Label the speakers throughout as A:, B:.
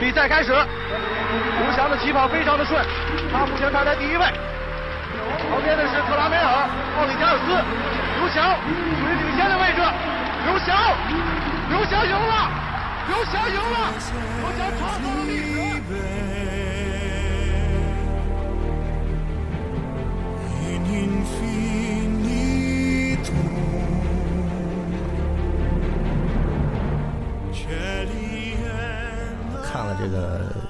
A: 比赛开始，吴翔的起跑非常的顺，他目前排在第一位。旁边的是克拉梅尔、奥里加尔斯、刘翔，处于领先的位置。刘翔，刘翔赢了，刘翔赢了，刘翔创造了历史。
B: En infinito cieli e
C: 看了这个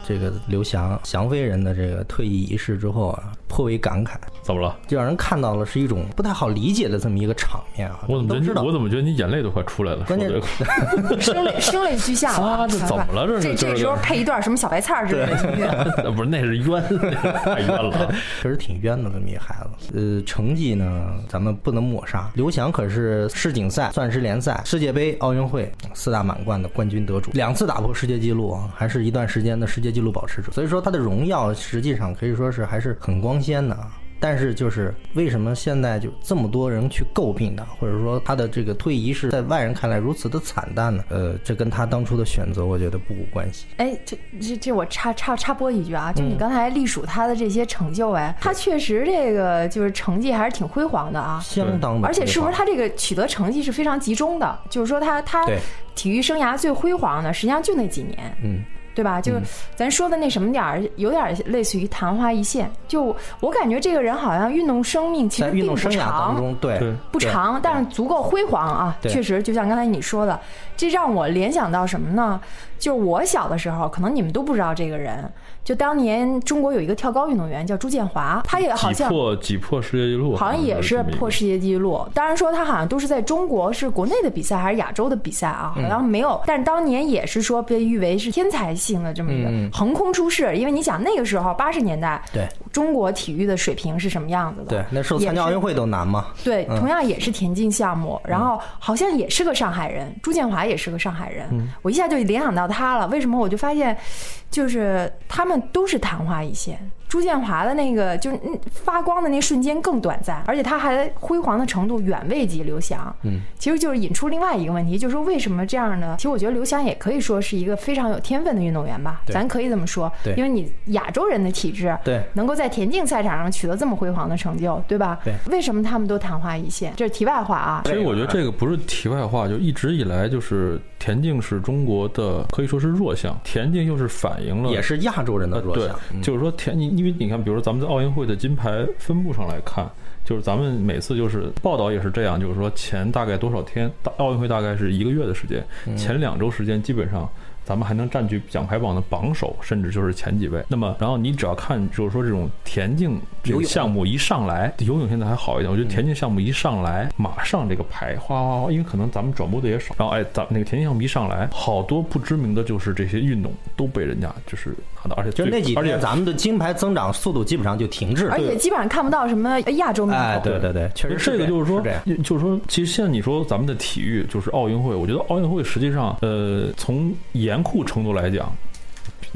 C: 这个刘翔翔飞人的这个退役仪式之后啊，颇为感慨，
D: 怎么了？
C: 就让人看到了是一种不太好理解的这么一个场面啊。
D: 我怎么
C: 都
D: 觉
C: 知
D: 得
C: 道
D: 我怎么觉得你眼泪都快出来了？说
C: 关键
D: 这个
E: 声泪声泪俱下
D: 啊这怎么了这是
E: 这
D: 这
E: 这
D: 是
E: 时候配一段什么小白菜儿之类的 音乐，
D: 那 不是那是冤，太冤了。啊
C: 确实挺冤的这么一孩子。呃，成绩呢，咱们不能抹杀。刘翔可是世锦赛、钻石联赛、世界杯、奥运会四大满贯的冠军得主，两次打破世界纪录啊，还是一段时间的世界纪录保持者。所以说他的荣耀实际上可以说是还是很光鲜的啊。但是就是为什么现在就这么多人去诟病他，或者说他的这个退役是在外人看来如此的惨淡呢？呃，这跟他当初的选择，我觉得不无关系。
E: 哎，这这这我插插插播一句啊，就你
C: 嗯
E: 刚才隶属他的这些成就，哎，他确实这个就是成绩还是挺辉煌的啊，
C: 相当的，
E: 而且是不是他这个取得成绩是非常集中的？就是说他他
C: 对
E: 体育生涯最辉煌的，实际上就那几年，
C: 嗯，
E: 对吧？就是咱说的那什么点儿，有点类似于昙花一现。就我感觉这个人好像运动生命其
C: 在
E: 实
C: 运
E: 并
C: 动
E: 不
C: 生涯当
E: 长，
C: 中，对
D: 对
E: 不
C: 对
E: 长，但是足够辉煌啊！
C: 对
E: 确实，就像刚才你说的，这让我联想到什么呢？就是我小的时候，可能你们都不知道这个人。就当年中国有一个跳高运动员叫朱建华，他也哎好
D: 挤
E: 像
D: 破挤破世界纪录，啊
E: 好像也是破世界纪录。当然说他好像都是在中国是国内的比赛还是亚洲的比赛啊，好
C: 嗯
E: 像没有。但是当年也是说被誉为是天才性的这么一个
C: 嗯
E: 横空出世，因为你想那个时候八十年代，
C: 对
E: 中国体育的水平是什么样子的？
C: 对，那时候
E: 也
C: 参加奥
E: 是
C: 运会都难嘛。
E: 对，
C: 嗯
E: 同样也是田径项目，然后好像也是个上海人，朱建华也是个上海人，
C: 嗯
E: 我一下就联想到他了。为什么？我就发现，就是他们都是昙花一现。朱建华的那个就是嗯发光的那瞬间更短暂，而且他还辉煌的程度远未及刘翔。嗯，其实就是引出另外一个问题，就是说为什么这样呢？其实我觉得刘翔也可以说是一个非常有天分的运动员吧，
C: 对
E: 咱可以这么说，
C: 对
E: 因为你亚洲人的体质，
C: 对
E: 能够在田径赛场上取得这么辉煌的成就，对吧？
C: 对
E: 为什么他们都昙花一现？这是题外话啊。
D: 其实我觉得这个不是题外话，就一直以来就是田径是中国的可以说是弱项，田径又是反映了
C: 也是亚洲人的
D: 呃
C: 弱
D: 对
C: 项。，嗯
D: 就是说田你因为你看，比如说咱们在奥运会的金牌分布上来看，就是咱们每次就是报道也是这样，就是说前大概多少天，大奥运会大概是一个月的时间，
C: 嗯
D: 前两周时间基本上。咱们还能占据奖牌榜的榜首，甚至就是前几位。那么，然后你只要看，就是说这种田径这
C: 游
D: 个
C: 泳
D: 项目一上来，游泳现在还好一点。我觉得田径项目一上来，马上这个牌哗哗哗，因为可能咱们转播的也少。然后，哎，咱们那个田径项目一上来，好多不知名的就是这些运动都被人家就是拿到，而且
C: 就那几
D: 而且
C: 天，咱们的金牌增长速度基本上就停滞了。
E: 而且基本上看不到什么呃亚洲名头。
C: 哎，对对对，确实是
D: 这个
C: 样
D: 就是说
C: 这样。，
D: 就是说，其实现在你说咱们的体育就是奥运会，我觉得奥运会实际上，呃，从严酷程度来讲，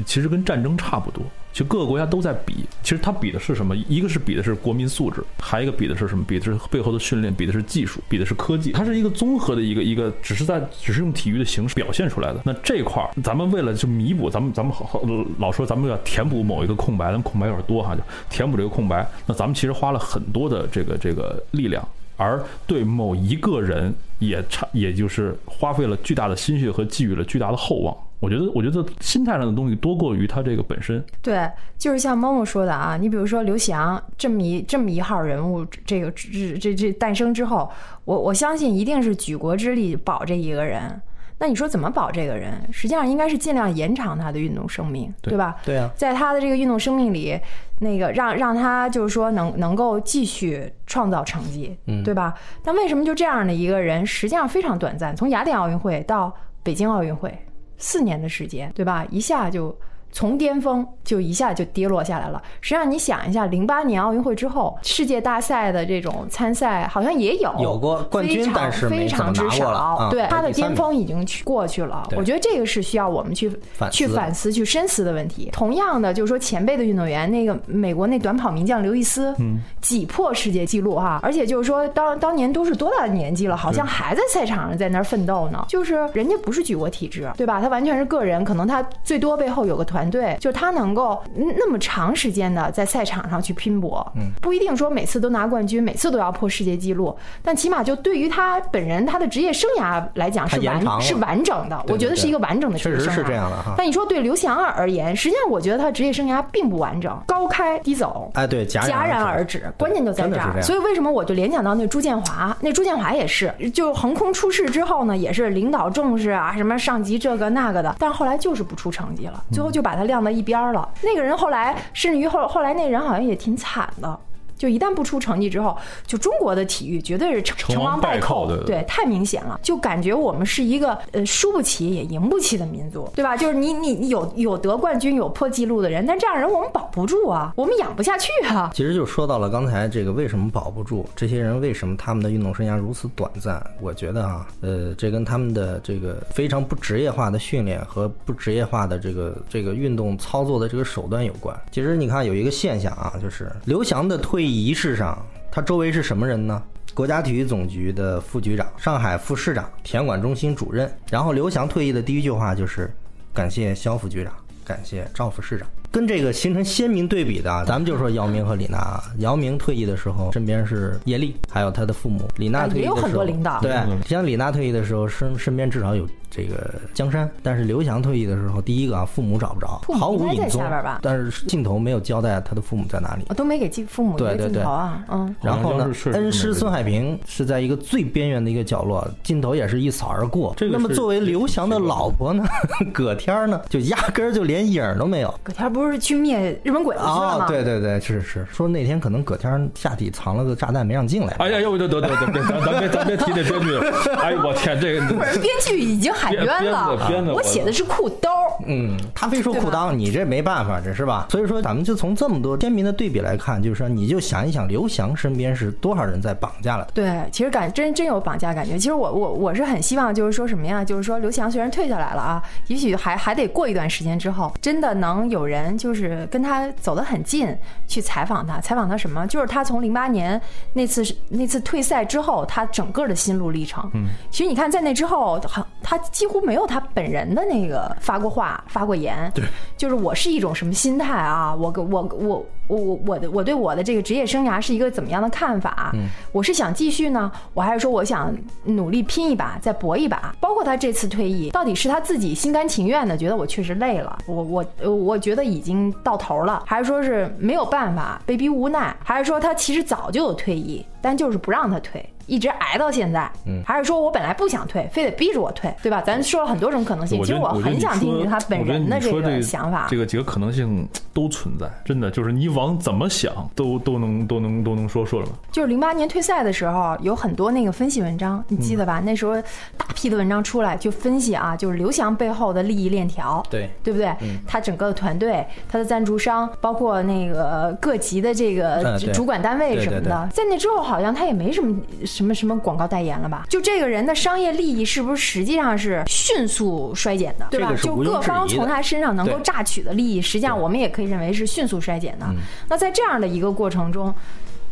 D: 其实跟战争差不多。其实各个国家都在比，其实它比的是什么？一个是比的是国民素质，还有一个比的是什么？比的是背后的训练，比的是技术，比的是科技。它是一个综合的一个一个，只是在只是用体育的形式表现出来的。那这块儿，咱们为了就弥补，咱们咱们好好老说咱们要填补某一个空白，咱们空白有点多哈，就填补这个空白。那咱们其实花了很多的这个这个力量。而对某一个人也差，也就是花费了巨大的心血和寄予了巨大的厚望。我觉得，我觉得心态上的东西多过于它这个本身。
E: 对，就是像猫猫说的啊，你比如说刘翔这么一这么一号人物，这个这这这诞生之后，我我相信一定是举国之力保这一个人。那你说怎么保这个人？实际上应该是尽量延长他的运动生命，对吧？
C: 对啊，
E: 在他的这个运动生命里，那个让让他就是说能能够继续创造成绩，
C: 嗯
E: 对吧？但为什么就这样的一个人，实际上非常短暂，从雅典奥运会到北京奥运会，四年的时间，对吧？一下就从巅峰就一下就跌落下来了。实际上，你想一下，零八年奥运会之后，世界大赛的这种参赛好像也有
C: 有过冠军
E: 非常
C: 但是没
E: 非
C: 怎么
E: 常之
C: 拿过
E: 少。
C: 了啊
E: 对，它的
C: 第三
E: 巅
C: 名
E: 峰已经去过去了。
C: 对
E: 我觉得这个是需要我们去
C: 反思
E: 去
C: 的
E: 反思、去深思的问题。同样的，就是说前辈的运动员，那个美国那短跑名将刘易斯，嗯，挤破世界纪录哈、而且就是说当当年都是多大的年纪了，好像还在赛场上在那儿奋斗呢。就是人家不是举国体制，对吧？他完全是个人，可能他最多背后有个团队，就是他能够嗯那么长时间的在赛场上去拼搏，嗯，不一定说每次都拿冠军，每次都要破世界纪录，但起码就对于他本人他的职业生涯来讲
C: 他
E: 是
C: 延长了
E: 完是完整的，
C: 对
E: 我觉得
C: 对
E: 是一个完整的职业
C: 确实
E: 生
C: 是
E: 涯
C: 这样的哈
E: 但你说对刘翔而言，实际上我觉得他职业生涯并不完整，高开低走。
C: 哎，对，戛
E: 戛然
C: 然
E: 而止，关键就在
C: 真
E: 这
C: 的是这
E: 儿。
C: 样
E: 所以为什么我就联想到那朱建华？那朱建华也是，就横空出世之后呢，也是领导重视啊，什么上级这个那个的，但后来就是不出成绩
D: 嗯
E: 了，最后就把他晾到一边儿了。那个人后来，甚至于后后来那人好像也挺惨的。就一旦不出成绩之后，就中国的体育绝对是成
D: 成王
E: 王
D: 败
E: 败寇
D: 寇的
E: 对，太明显了，就感觉我们是一个呃输不起也赢不起的民族，对吧？就是你你你有有得冠军有破纪录的人，但这样人我们保不住啊，我们养不下去啊。
C: 其实就说到了刚才这个为什么保不住，这些人为什么他们的运动生涯如此短暂？我觉得啊，呃，这跟他们的这个非常不职业化的训练和不职业化的这个这个运动操作的这个手段有关。其实你看有一个现象啊，就是刘翔的退役仪式上，他周围是什么人呢？国家体育总局的副局长、上海副市长、田管中心主任。然后刘翔退役的第一句话就是：“感谢肖副局长，感谢赵副市长。”跟这个形成鲜明对比的啊，咱们就说姚明和李娜啊。姚明退役的时候，身边是叶丽，还有他的父母。李娜
E: 啊
C: 退役
E: 也
C: 的时
E: 有
C: 候，
E: 很多领导
C: 对
D: 嗯，
C: 像李娜退役的时候，身身边至少有这个江山。但是刘翔退役的时候，第一个啊，父母找不着，
E: 父母
C: 毫
E: 应
C: 无
E: 该在
C: 影踪
E: 下边吧。
C: 但是镜头没有交代他的父母在哪里。
E: 啊我都没给继父母一
C: 对
E: 个
C: 对
E: 镜
C: 对
E: 头啊，嗯，
C: 然后呢
D: 好像是，
C: 恩师
D: 是这么一个
C: 孙海平是在一个最边缘的一个角落，镜头也是一扫而过。
D: 这个
C: 那
D: 是
C: 么作为刘翔的老婆呢， 葛天儿呢，就压根儿就连影儿都没有。
E: 葛天不是去灭日本鬼子去了
C: 哦
E: 吗？，
C: 对对对，是是，说那天可能葛天儿下体藏了个炸弹，没让进来。
D: 哎呀，要不就得得得，别咱咱别咱别提这编剧了。哎呦我天，这个
E: 编剧已经喊冤
D: 编
E: 了
D: 编的编的，
E: 我
D: 我
E: 写的是裤兜儿，
C: 嗯，他非说裤裆，你这没办法，这是吧？所以说，咱们就从这么多鲜明的对比来看，就是说，你就想一想，刘翔身边是多少人在绑架了他？
E: 对，其实感真真有绑架感觉。其实我我我是很希望，就是说什么呀？就是说刘翔虽然退下来了啊，也许还还得过一段时间之后，真的能有人就是跟他走得很近，去采访他。采访他什么？就是他从零八年那次那次退赛之后，他整个的心路历程。嗯，其实你看在那之后，很他几乎没有他本人的那个发过话、发过言。对，就是我是一种什么心态啊？我跟我我我我我的我对我的这个职业生涯是一个怎么样的看法？啊
D: 嗯
E: 我是想继续呢，我还是说我想努力拼一把，再搏一把？包括他这次退役，到底是他自己心甘情愿的，觉得我确实累了，我我呃我觉得已经到头了，还是说是没有办法，被逼无奈，还是说他其实早就有退役，但就是不让他退。一直挨到现在，嗯，还是说我本来不想退，非得逼着我退，对吧？咱说了很多种可能性，
D: 我
E: 其
D: 觉
E: 实
D: 得
E: 我
D: 我觉得
E: 很
D: 你
E: 想听
D: 说
E: 听他本
D: 我觉得
E: 人的
D: 你说
E: 个想法。啊
D: 这个几个可能性都存在，真的就是你往怎么想都都能都能都能说出来。
E: 就是零八年退赛的时候，有很多那个分析文章，你记得吧？那时候大批的文章出来，就分析啊，就是刘翔背后的利益链条，
C: 对
E: 对不对？
C: 嗯
E: 他整个的团队、他的赞助商，包括那个各级的这个
C: 嗯对
E: 主管单位什么
C: 对对
E: 的
C: 对，
E: 在那之后好像他也没什么什么什么广告代言了吧？就这个人的商业利益是不是实际上是迅速衰减的，对吧
C: 这？个是
E: 就
C: 毋庸
E: 各
C: 置
E: 方
C: 疑
E: 从
C: 的
E: 他身上能够
C: 对
E: 榨取的利益，实际上我们也可以认为是迅速衰减
C: 嗯
E: 的。那在这样的一个过程中，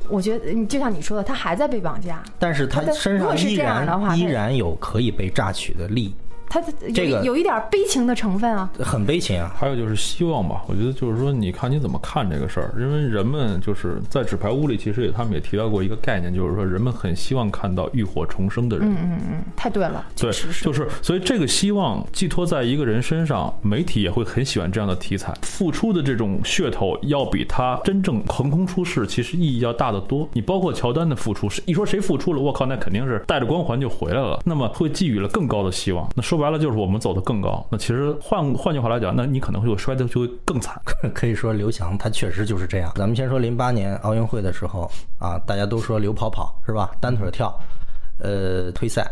E: 我觉得嗯就像你说的，他还在被绑架，
C: 但是他
E: 他的
C: 身
E: 如果
C: 上
E: 是
C: 依
E: 这样的话
C: 然
E: 他
C: 依然有可以被榨取的利益，
E: 他的有一、
C: 这个
E: 有一点悲情的成分啊。
C: 很悲情啊。
D: 还有就是希望吧，我觉得就是说，你看你怎么看这个事儿，因为人们就是在纸牌屋里，其实也他们也提到过一个概念，就是说人们很希望看到浴火重生的人。
E: 太对了，
D: 对，
E: 确实是
D: 就是所以这个希望寄托在一个人身上，媒体也会很喜欢这样的题材，付出的这种噱头要比他真正横空出世其实意义要大得多。你包括乔丹的付出，是一说谁付出了，我靠，那肯定是带着光环就回来了，那么会寄予了更高的希望。那说白了就是我们走得更高。那其实换换句话来讲，那你可能会摔得就会更惨。
C: 可以说刘翔他确实就是这样。咱们先说零八年奥运会的时候啊，大家都说刘跑跑是吧，单腿跳，呃，退赛。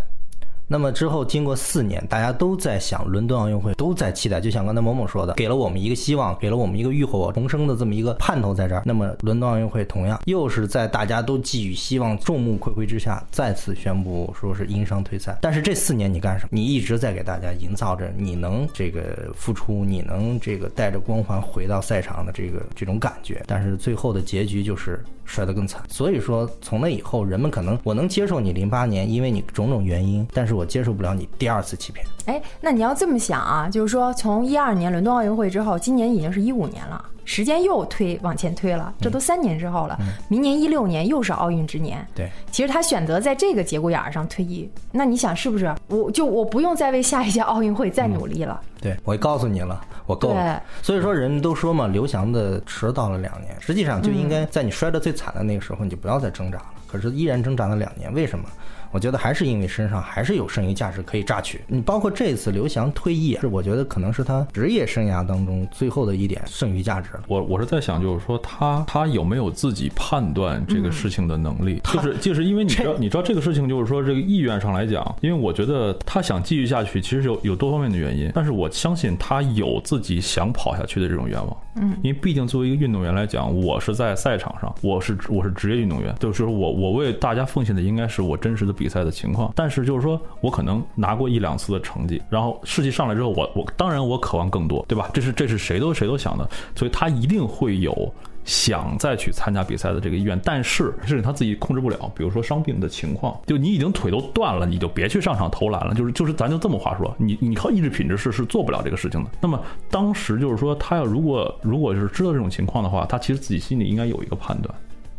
C: 那么之后经过四年，大家都在想伦敦奥运会，都在期待，就像刚才某某说的，给了我们一个希望，给了我们一个浴火重生的这么一个盼头在这儿。那么伦敦奥运会同样又是在大家都寄予希望、众目睽睽之下，再次宣布说是因伤退赛。但是这四年你干什么？你一直在给大家营造着你能这个付出，你能这个带着光环回到赛场的这个这种感觉。但是最后的结局就是摔得更惨。所以说，从那以后，人们可能我能接受你零八年，因为你种种原因，但是我接受不了你第二次欺骗。
E: 哎，那你要这么想啊，就是说从一二年伦敦奥运会之后，今年已经是一五年了，时间又推往前推了，这都三年之后了。明年一六年又是奥运之年，
C: 嗯对，
E: 其实他选择在这个节骨眼儿上退役，那你想是不是？我就我不用再为下一届奥运会
C: 嗯
E: 再努力了。
C: 对，我告诉你了，我够了。所以说，人们都说嘛，刘翔的迟到了两年，实际上就应该在你摔得最惨的那个时候，你就不要再挣扎了。可是依然挣扎了两年，为什么？我觉得还是因为身上还是有剩余价值可以榨取。你包括这次刘翔退役，是我觉得可能是他职业生涯当中最后的一点剩余价值了。
D: 我我是在想，就是说他他有没有自己判断这个事情的能力？就是就是因为你知道你知道嗯这个事情，就是说这个意愿上来讲，因为我觉得他想继续下去，其实有有多方面的原因，但是我相信他有自己想跑下去的这种愿望。嗯，因为毕竟作为一个运动员来讲，我是在赛场上，我是我是职业运动员，就是说我我为大家奉献的应该是我真实的比赛的情况，但是就是说我可能拿过一两次的成绩，然后士气上来之后，我我当然我渴望更多，对吧？这是这是谁都谁都想的，所以他一定会有。想再去参加比赛的这个意愿，但是甚至他自己控制不了，比如说伤病的情况，就你已经腿都断了，你就别去上场投篮了，就是就是咱就这么话说，你你靠意志品质是是做不了这个事情的。那么当时就是说，他要如果如果就是知道这种情况的话，他其实自己心里应该有一个判断。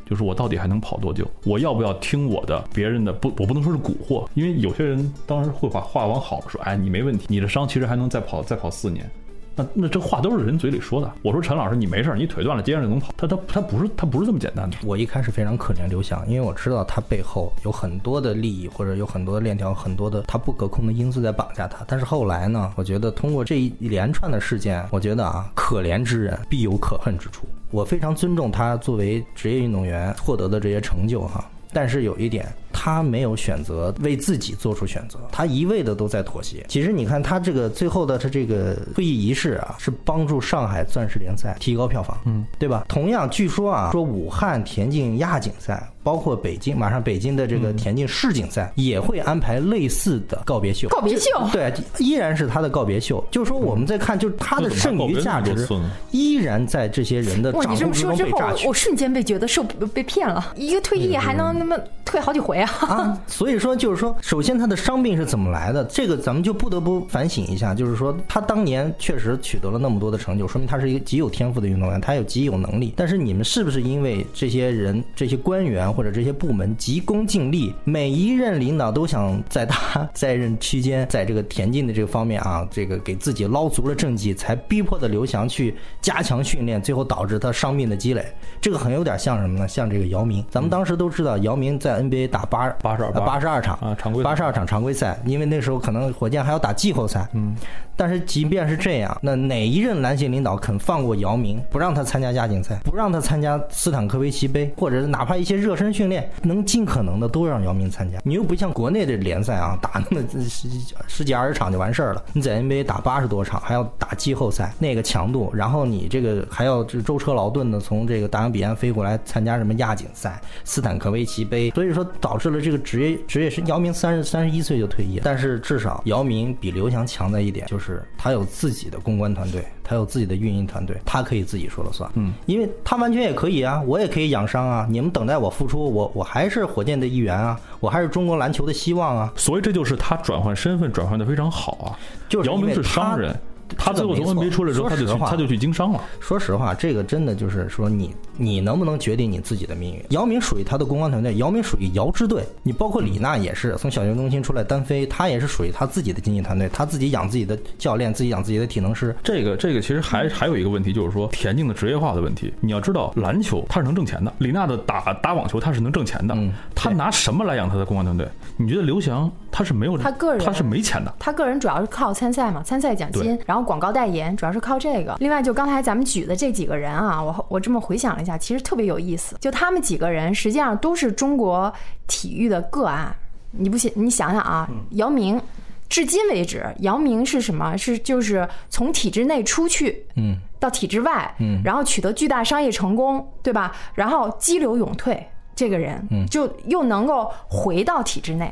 D: 就是我到底还能跑多久？我要不要听我的别人的不？我不能说是蛊惑，因为有些人当时会把话往好了说，哎，你没问题，你的伤其实还能再跑再跑四年。那那这话都是人嘴里说的。我说陈老师，你没事儿，你腿断了，接着就能跑。他他他不是他不是这么简单的。
C: 我一开始非常可怜刘翔，因为我知道他背后有很多的利益，或者有很多的链条，很多的他不可控的因素在绑架他。但是后来呢，我觉得通过这一连串的事件，我觉得啊，可怜之人必有可恨之处。我非常尊重他作为职业运动员获得的这些成就哈，但是有一点，他没有选择为自己做出选择，他一味的都在妥协。其实你看他这个最后的他这个退役仪式啊，是帮助上海钻石联赛提高票房，嗯，对吧？同样，据说啊，说武汉田径亚锦赛，包括北京，马上北京的这个田径世锦赛、也会安排类似的告别秀。
E: 告别秀，
C: 对，依然是他的告别秀。就是说，我们在看，就是他的剩余价值
D: 嗯
C: 依然在这些人的
E: 哇！
C: 掌
E: 你这
C: 控
E: 么
C: 之
E: 说
C: 中
E: 之
C: 被
E: 后
C: 榨，取
E: 我。我瞬间被觉得受被骗了。一个退役还能那么退好几回啊？
C: 啊，所以说就是说，首先他的伤病是怎么来的，这个咱们就不得不反省一下。就是说，他当年确实取得了那么多的成就，说明他是一个极有天赋的运动员，他有极有能力。但是你们是不是因为这些人、这些官员或者这些部门急功近利，每一任领导都想在他在任期间，在这个田径的这个方面啊，这个给自己捞足了政绩，才逼迫的刘翔去加强训练，最后导致他伤病的积累。这个很有点像什么呢？像这个姚明，咱们当时都知道，姚明在 NBA 打八
D: 82
C: 呃八十 二场
D: 啊常规赛
C: 八十二场常规赛，因为那时候可能火箭还要打季后赛。嗯，但是即便是这样，那哪一任篮协领导肯放过姚明，不让他参加亚锦赛，不让他参加斯坦科维奇杯，或者是哪怕一些热身训练，能尽可能的都让姚明参加。你又不像国内的联赛啊，打那么十几十几二十场就完事儿了，你在 NBA 打八十多场，还要打季后赛，那个强度，然后你这个还要这舟车劳顿的从这个大洋彼岸飞过来参加什么亚锦赛、斯坦科维奇杯，所以说导致了这个职业职业是姚明三十三十一岁就退役了，但是至少姚明比刘翔强在一点，就是他有自己的公关团队，他有自己的运营团队，他可以自己说了算。嗯，因为他完全也可以啊，我也可以养伤啊，你们等待我复出，我我还是火箭的一员啊，我还是中国篮球的希望啊。
D: 所以这就是他转换身份转换的非常好啊。
C: 就是
D: 姚
C: 因
D: 明
C: 为
D: 是
C: 他
D: 商人，他
C: 这
D: 最
C: 个
D: 后从
C: 没
D: NBA
C: 错
D: 出来之
C: 说
D: 后，他就
C: 实
D: 去
C: 话
D: 他就去经商了。
C: 说实话，这个真的就是说你你能不能决定你自己的命运？姚明属于他的公关团队，姚明属于姚支队，你包括李娜也是从小学中心出来单飞，她也是属于她自己的经济团队，她自己养自己的教练，自己养自己的体能师。
D: 这个这个其实还还有一个问题，就是说田径的职业化的问题。你要知道，篮球它是能挣钱的，李娜的打打网球她是能挣钱的，
C: 嗯
D: 她
C: 对
D: 拿什么来养她的公关团队？你觉得刘翔他是没有
E: 他个人
D: 他是没钱的，
E: 他个人主要是靠参赛嘛，参赛奖金
D: 对，
E: 然后广告代言主要是靠这个。另外，就刚才咱们举的这几个人啊，我我这么回想了一下，其实特别有意思。就他们几个人实际上都是中国体育的个案，你不想你想想
D: 嗯
E: 啊，姚明。至今为止，姚明是什么？是就是从体制内出去，
C: 嗯，
E: 到体制外，嗯，然后取得巨大商业成功，对吧？然后激流勇退，这个人，嗯，就又能够回到体制内，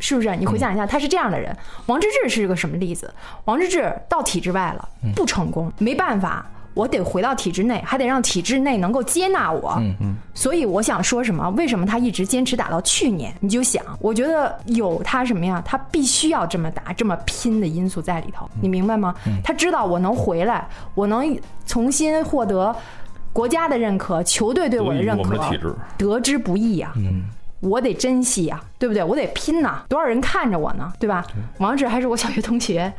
E: 是不是？你回想一下，他是这样的人。王治郅是个什么例子？王治郅到体制外了，不成功，没办法。我得回到体制内，还得让体制内能够接纳我。嗯嗯。所以我想说什么？为什么他一直坚持打到去年？你就想，我觉得有他什么呀？他必须要这么打，这么拼的因素在里头，你明白吗？
D: 嗯
E: 他知道我能回来，我能重新获得国家的认可，球队对我的认
D: 得益
E: 可
D: 我们的体制，
E: 得之不易呀、嗯。我得珍惜呀、对不对？我得拼呐、多少人看着我呢，对吧？王志还是我小学同 学，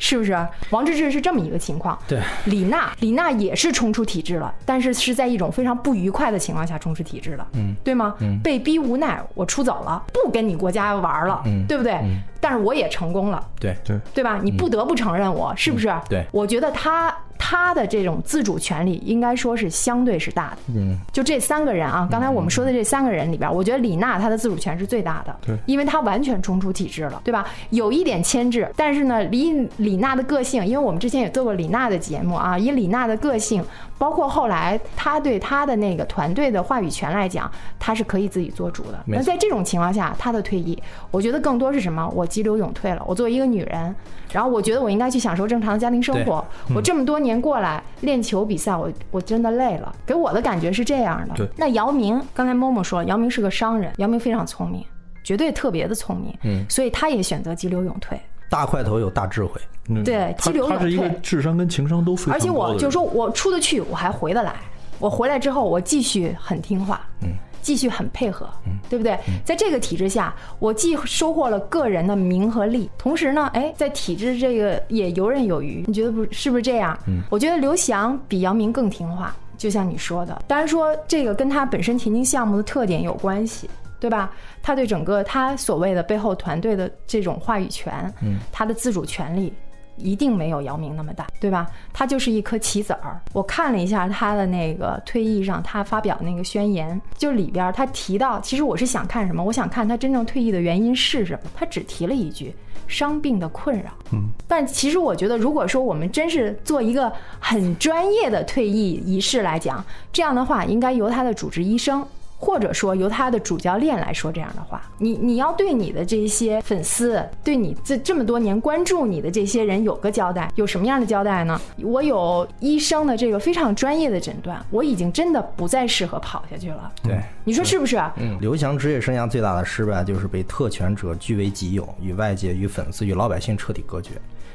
E: 是不是？王治郅是这么一个情况。
C: 对，
E: 李娜，李娜也是冲出体制了，但是是在一种非常不愉快的情况下冲出体制了，嗯，对吗？被逼无奈，我出走了，不跟你国家玩了，对不对？但是我也成功了，
C: 对
D: 对，
E: 对吧？你不得不承认我、是不是？
C: 对
E: 我觉得他他的这种自主权利应该说是相对是大的。
C: 嗯，
E: 就这三个人啊，刚才我们说的这三个人里边，我觉得李娜她的自主权是最大的，
D: 对
E: 因为她完全冲出体制了，对吧？有一点牵制，但是呢，以李娜的个性，因为我们之前也做过李娜的节目啊，以李娜的个性，包括后来她对她的那个团队的话语权来讲，她是可以自己做主的。
C: 没错
E: 那在这种情况下，她的退役，我觉得更多是什么？我急流勇退了，我作为一个女人，然后我觉得我应该去享受正常的家庭生活。
D: 嗯
E: 我这么多年过来练球比赛，我我真的累了，给我的感觉是这样的。
D: 对
E: 那姚明，刚才默默说，姚明是个商人，姚明非常聪明，绝对特别的聪明，嗯，所以他也选择急流勇退。
C: 大块头有大智慧，
D: 嗯
E: 对
D: 他
E: 激流
D: 他
E: 勇
D: 是一个
E: 退
D: 智商跟情商都非常
E: 而且
D: 高
E: 我
D: 的
E: 就
D: 人
E: 说我出得去，我还回得来。我回来之后，我继续很听话，嗯，继续很配合，嗯，对不对？在这个体制下，我既收获了个人的名和利，同时呢，哎，在体制这个也游刃有余。你觉得不是不是这样？嗯，我觉得刘翔比姚明更听话，就像你说的。当然说这个跟他本身田径项目的特点有关系。对吧？他对整个他所谓的背后团队的这种话语权，嗯，他的自主权利，一定没有姚明那么大，对吧？他就是一颗棋子儿。我看了一下他的那个退役上，他发表那个宣言，就里边儿他提到，其实我是想看什么？我想看他真正退役的原因是什么？他只提了一句。伤病的困扰，嗯，但其实我觉得，如果说我们真是做一个很专业的退役仪式来讲，这样的话，应该由他的主治医生或者说由他的主教练来说这样的话，你你要对你的这些粉丝，对你这这么多年关注你的这些人有个交代，有什么样的交代呢？我有医生的这个非常专业的诊断，我已经真的不再适合跑下去了。
C: 对。
E: 你说是不啊是？
C: 嗯，刘翔职业生涯最大的失败就是被特权者据为己有，与外界、与粉丝、与老百姓彻底隔绝。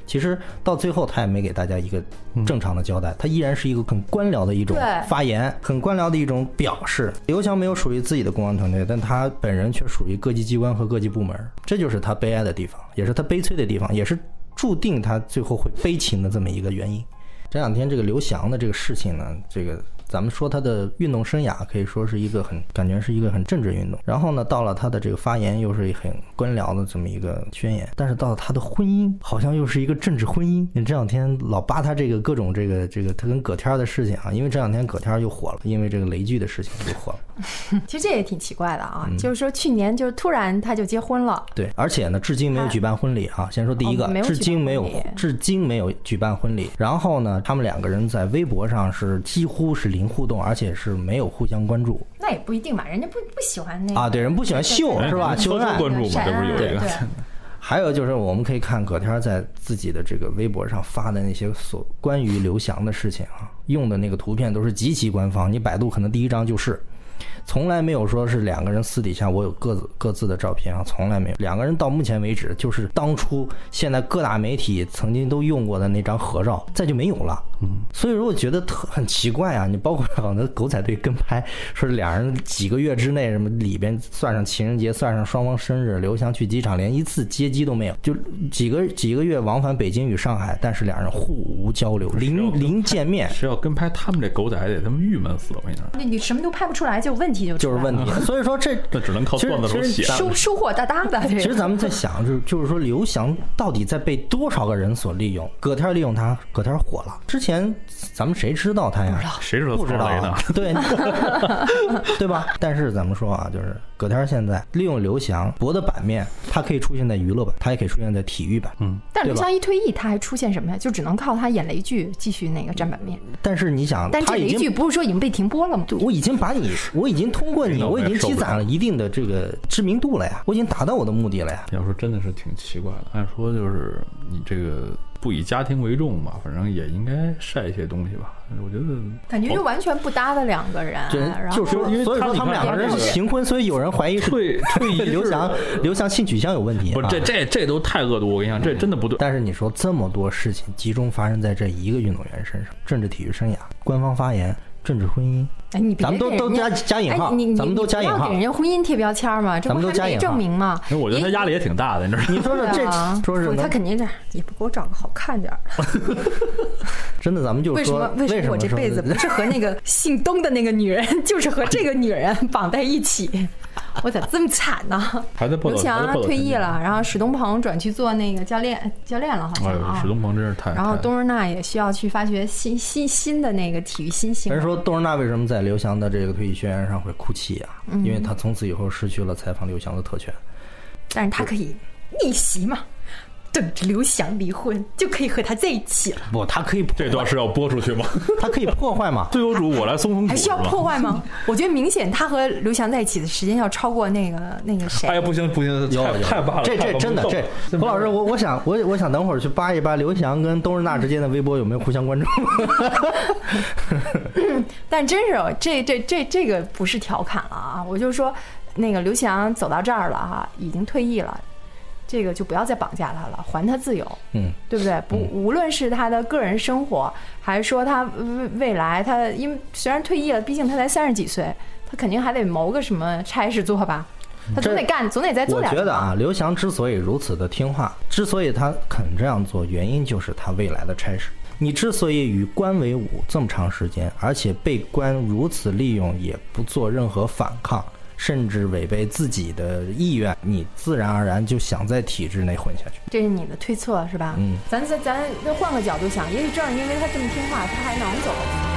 C: 其实到最后，他也没给大家一个正常的交代，他依然是一个很官僚的一种
E: 对
C: 发言，很官僚的一种表示。刘翔没有属于自己的公关团队，但他本人却属于各级机关和各级部门，这就是他悲哀的地方，也是他悲催的地方，也是注定他最后会悲情的这么一个原因。这两天这个刘翔的这个事情呢，这个咱们说他的运动生涯可以说是一个很感觉是一个很政治运动。然后呢，到了他的这个发言又是很官僚的这么一个宣言，但是到了他的婚姻，好像又是一个政治婚姻。你这两天老扒他这个各种这个这个他跟葛天儿的事情啊，因为这两天葛天儿又火了，因为这个雷剧的事情又火了。
E: 其实这也挺奇怪的啊，就是说去年就是突然他就结婚了，
C: 对，而且呢，至今没有举办婚礼啊。先说第一个，
E: 哦没有
C: 至
E: 举办
C: 今没有
E: 婚礼，
C: 至今没有举办婚礼。然后呢，他们两个人在微博上是几乎是零互动，而且是没有互相关注
E: 那也不一定吧，人家不不喜欢那个
C: 啊。对，人不喜欢秀
E: 哎对
C: 是吧？
D: 哎
C: 秀
D: 都
C: 恩
D: 说
C: 爱。
D: 关注嘛
E: 闪
D: 这不是有
E: 对
D: 一个
E: 对
C: 还有就是，我们可以看葛天儿在自己的这个微博上发的那些所关于刘翔的事情啊，用的那个图片都是极其官方，你百度可能第一张就是，从来没有说是两个人私底下我有各自各自的照片啊，从来没有。两个人到目前为止就是当初现在各大媒体曾经都用过的那张合照，再就没有了。嗯，所以说我觉得特很奇怪啊，你包括好多狗仔队跟拍，说是俩人几个月之内什么里边算上情人节，算上双方生日，刘翔去机场连一次接机都没有，就几个几个月往返北京与上海，但是俩人互无交流，零零见面。
D: 谁要跟拍他们这狗仔得他妈郁闷死了，我跟你说，
E: 对，你什么都拍不出来，就问题就出
C: 就
E: 来
C: 是问
E: 了
C: 题，所以说这
D: 那只能靠
C: 其实
D: 段子手
C: 其实
D: 写了
E: 收收获 大大的。这个
C: 其实咱们在想，就是就是说，刘翔到底在被多少个人所利用？葛天利用他，葛天火了。之前前咱们谁知道他呀？
D: 谁知道
C: 不知道
D: 曹雷呢
C: 啊？对， 对 吧？但是咱们说啊，就是葛天儿现在利用刘翔博的版面，他可以出现在娱乐版，他也可以出现在体育版。嗯，
E: 但
C: 对
E: 刘
C: 吧
E: 翔一退役，他还出现什么呀？就只能靠他演雷剧继续那个占版面。
C: 但是你想，
E: 但这
C: 嗯他已
E: 雷剧
C: 经。
E: 不是说已经被停播了吗？
C: 我已经把你，我已经通过你，
D: 那我
C: 我已
D: 也
C: 经
D: 受不
C: 积攒了
D: 了
C: 一定的这个知名度了呀，我已经达到我的目的了呀。
D: 你要说真的是挺奇怪的，按说就是你这个不以家庭为重吧，反正也应该晒一些东西吧。我觉得
E: 感觉就完全不搭的两个人，啊然
C: 就
E: 后
C: 是说，
D: 因为
C: 啊所以
D: 他
C: 说
D: 你
C: 他们
D: 看
C: 两个人是情婚，所以有人怀疑是
D: 退 退 役
C: 刘翔刘翔性取向有问题。
D: 不是
C: 啊
D: 这这这都太恶毒，我跟你讲，这真的不对。
C: 但是你说这么多事情集中发生在这一个运动员身上，政治体育生涯、官方发言、政治婚姻，
E: 哎，你别
C: 咱们都
E: 给人
C: 都加
E: 家
C: 加引号
E: 哎你你
C: 咱们都加引
E: 你不
C: 号
E: 要给人家婚姻贴标签嘛，这
C: 咱们
E: 不
C: 都
E: 还
C: 加引
E: 没
C: 号
E: 证明吗？
D: 因为哎我觉得他
E: 也
D: 压力也挺大的，你知道吗？
C: 你说说
E: 对
C: 这
E: 啊，
C: 说是
E: 不他
C: 能
E: 肯定这样，也不给我找个好看点儿的。
C: 真的，咱们就
E: 为什
C: 说
E: 么？为
C: 什
E: 什么我这
C: 说
E: 辈子不 是和那个姓东的那个女人，就是和这个女 人绑在一起？我咋这么惨呢？
D: 还在报道，还
E: 刘
D: 在
E: 翔
D: 报道
E: 退役
D: 陈
E: 了，然后史东鹏转去做那个教练教练了，好
D: 情。
E: 像
D: 哎呦，
E: 啊
D: 史。东哎鹏真是太……
E: 然后
D: 太
E: 冬日娜也需要去发掘新新新的那个体育新星
D: 哎
C: 人。说窦文娜为什么在刘翔的这个退役宣言上会哭泣啊？
E: 嗯
C: 因为他从此以后失去了采访刘翔的特权。
E: 但是他可以逆袭嘛，等着刘翔离婚就可以和他在一起了，
C: 不，他可以破
D: 这段是要播出去吗？
C: 他可以破坏嘛？
D: 队友主，我来松松
E: 还
D: 骨
E: 需
D: 是
E: 要
D: 吧？
E: 破坏吗？我觉得明显他和刘翔在一起的时间要超过那个那个谁。啊
D: 哎呀，不行不行，
C: 有
D: 太
C: 有
D: 太霸了！
C: 这
D: 太
C: 这
D: 霸
C: 真的
D: 不动
C: 这，胡老师，我我想我我想等会儿去扒一扒刘翔跟窦日娜之间的微博有没有互相关注。
E: 但真是哦这这这这个不是调侃了啊！我就说，那个刘翔走到这儿了哈、已经退役了，这个就不要再绑架他了，还他自由，
C: 嗯，
E: 对不对？不，无论是他的个人生活，还是说他未未来，他因为虽然退役了，毕竟他才三十几岁，他肯定还得谋个什么差事做吧。他总得
C: 嗯这
E: 干，总得再做
C: 我
E: 点。
C: 觉得，啊，刘翔之所以如此的听话，之所以他肯这样做，原因就是他未来的差事。你之所以与官为伍这么长时间，而且被官如此利用，也不做任何反抗，甚至违背自己的意愿，你自然而然就想在体制内混下去。
E: 这是你的推测是吧？
C: 嗯，
E: 咱咱咱换个角度想，也许正是因为他这么听话，他还能走。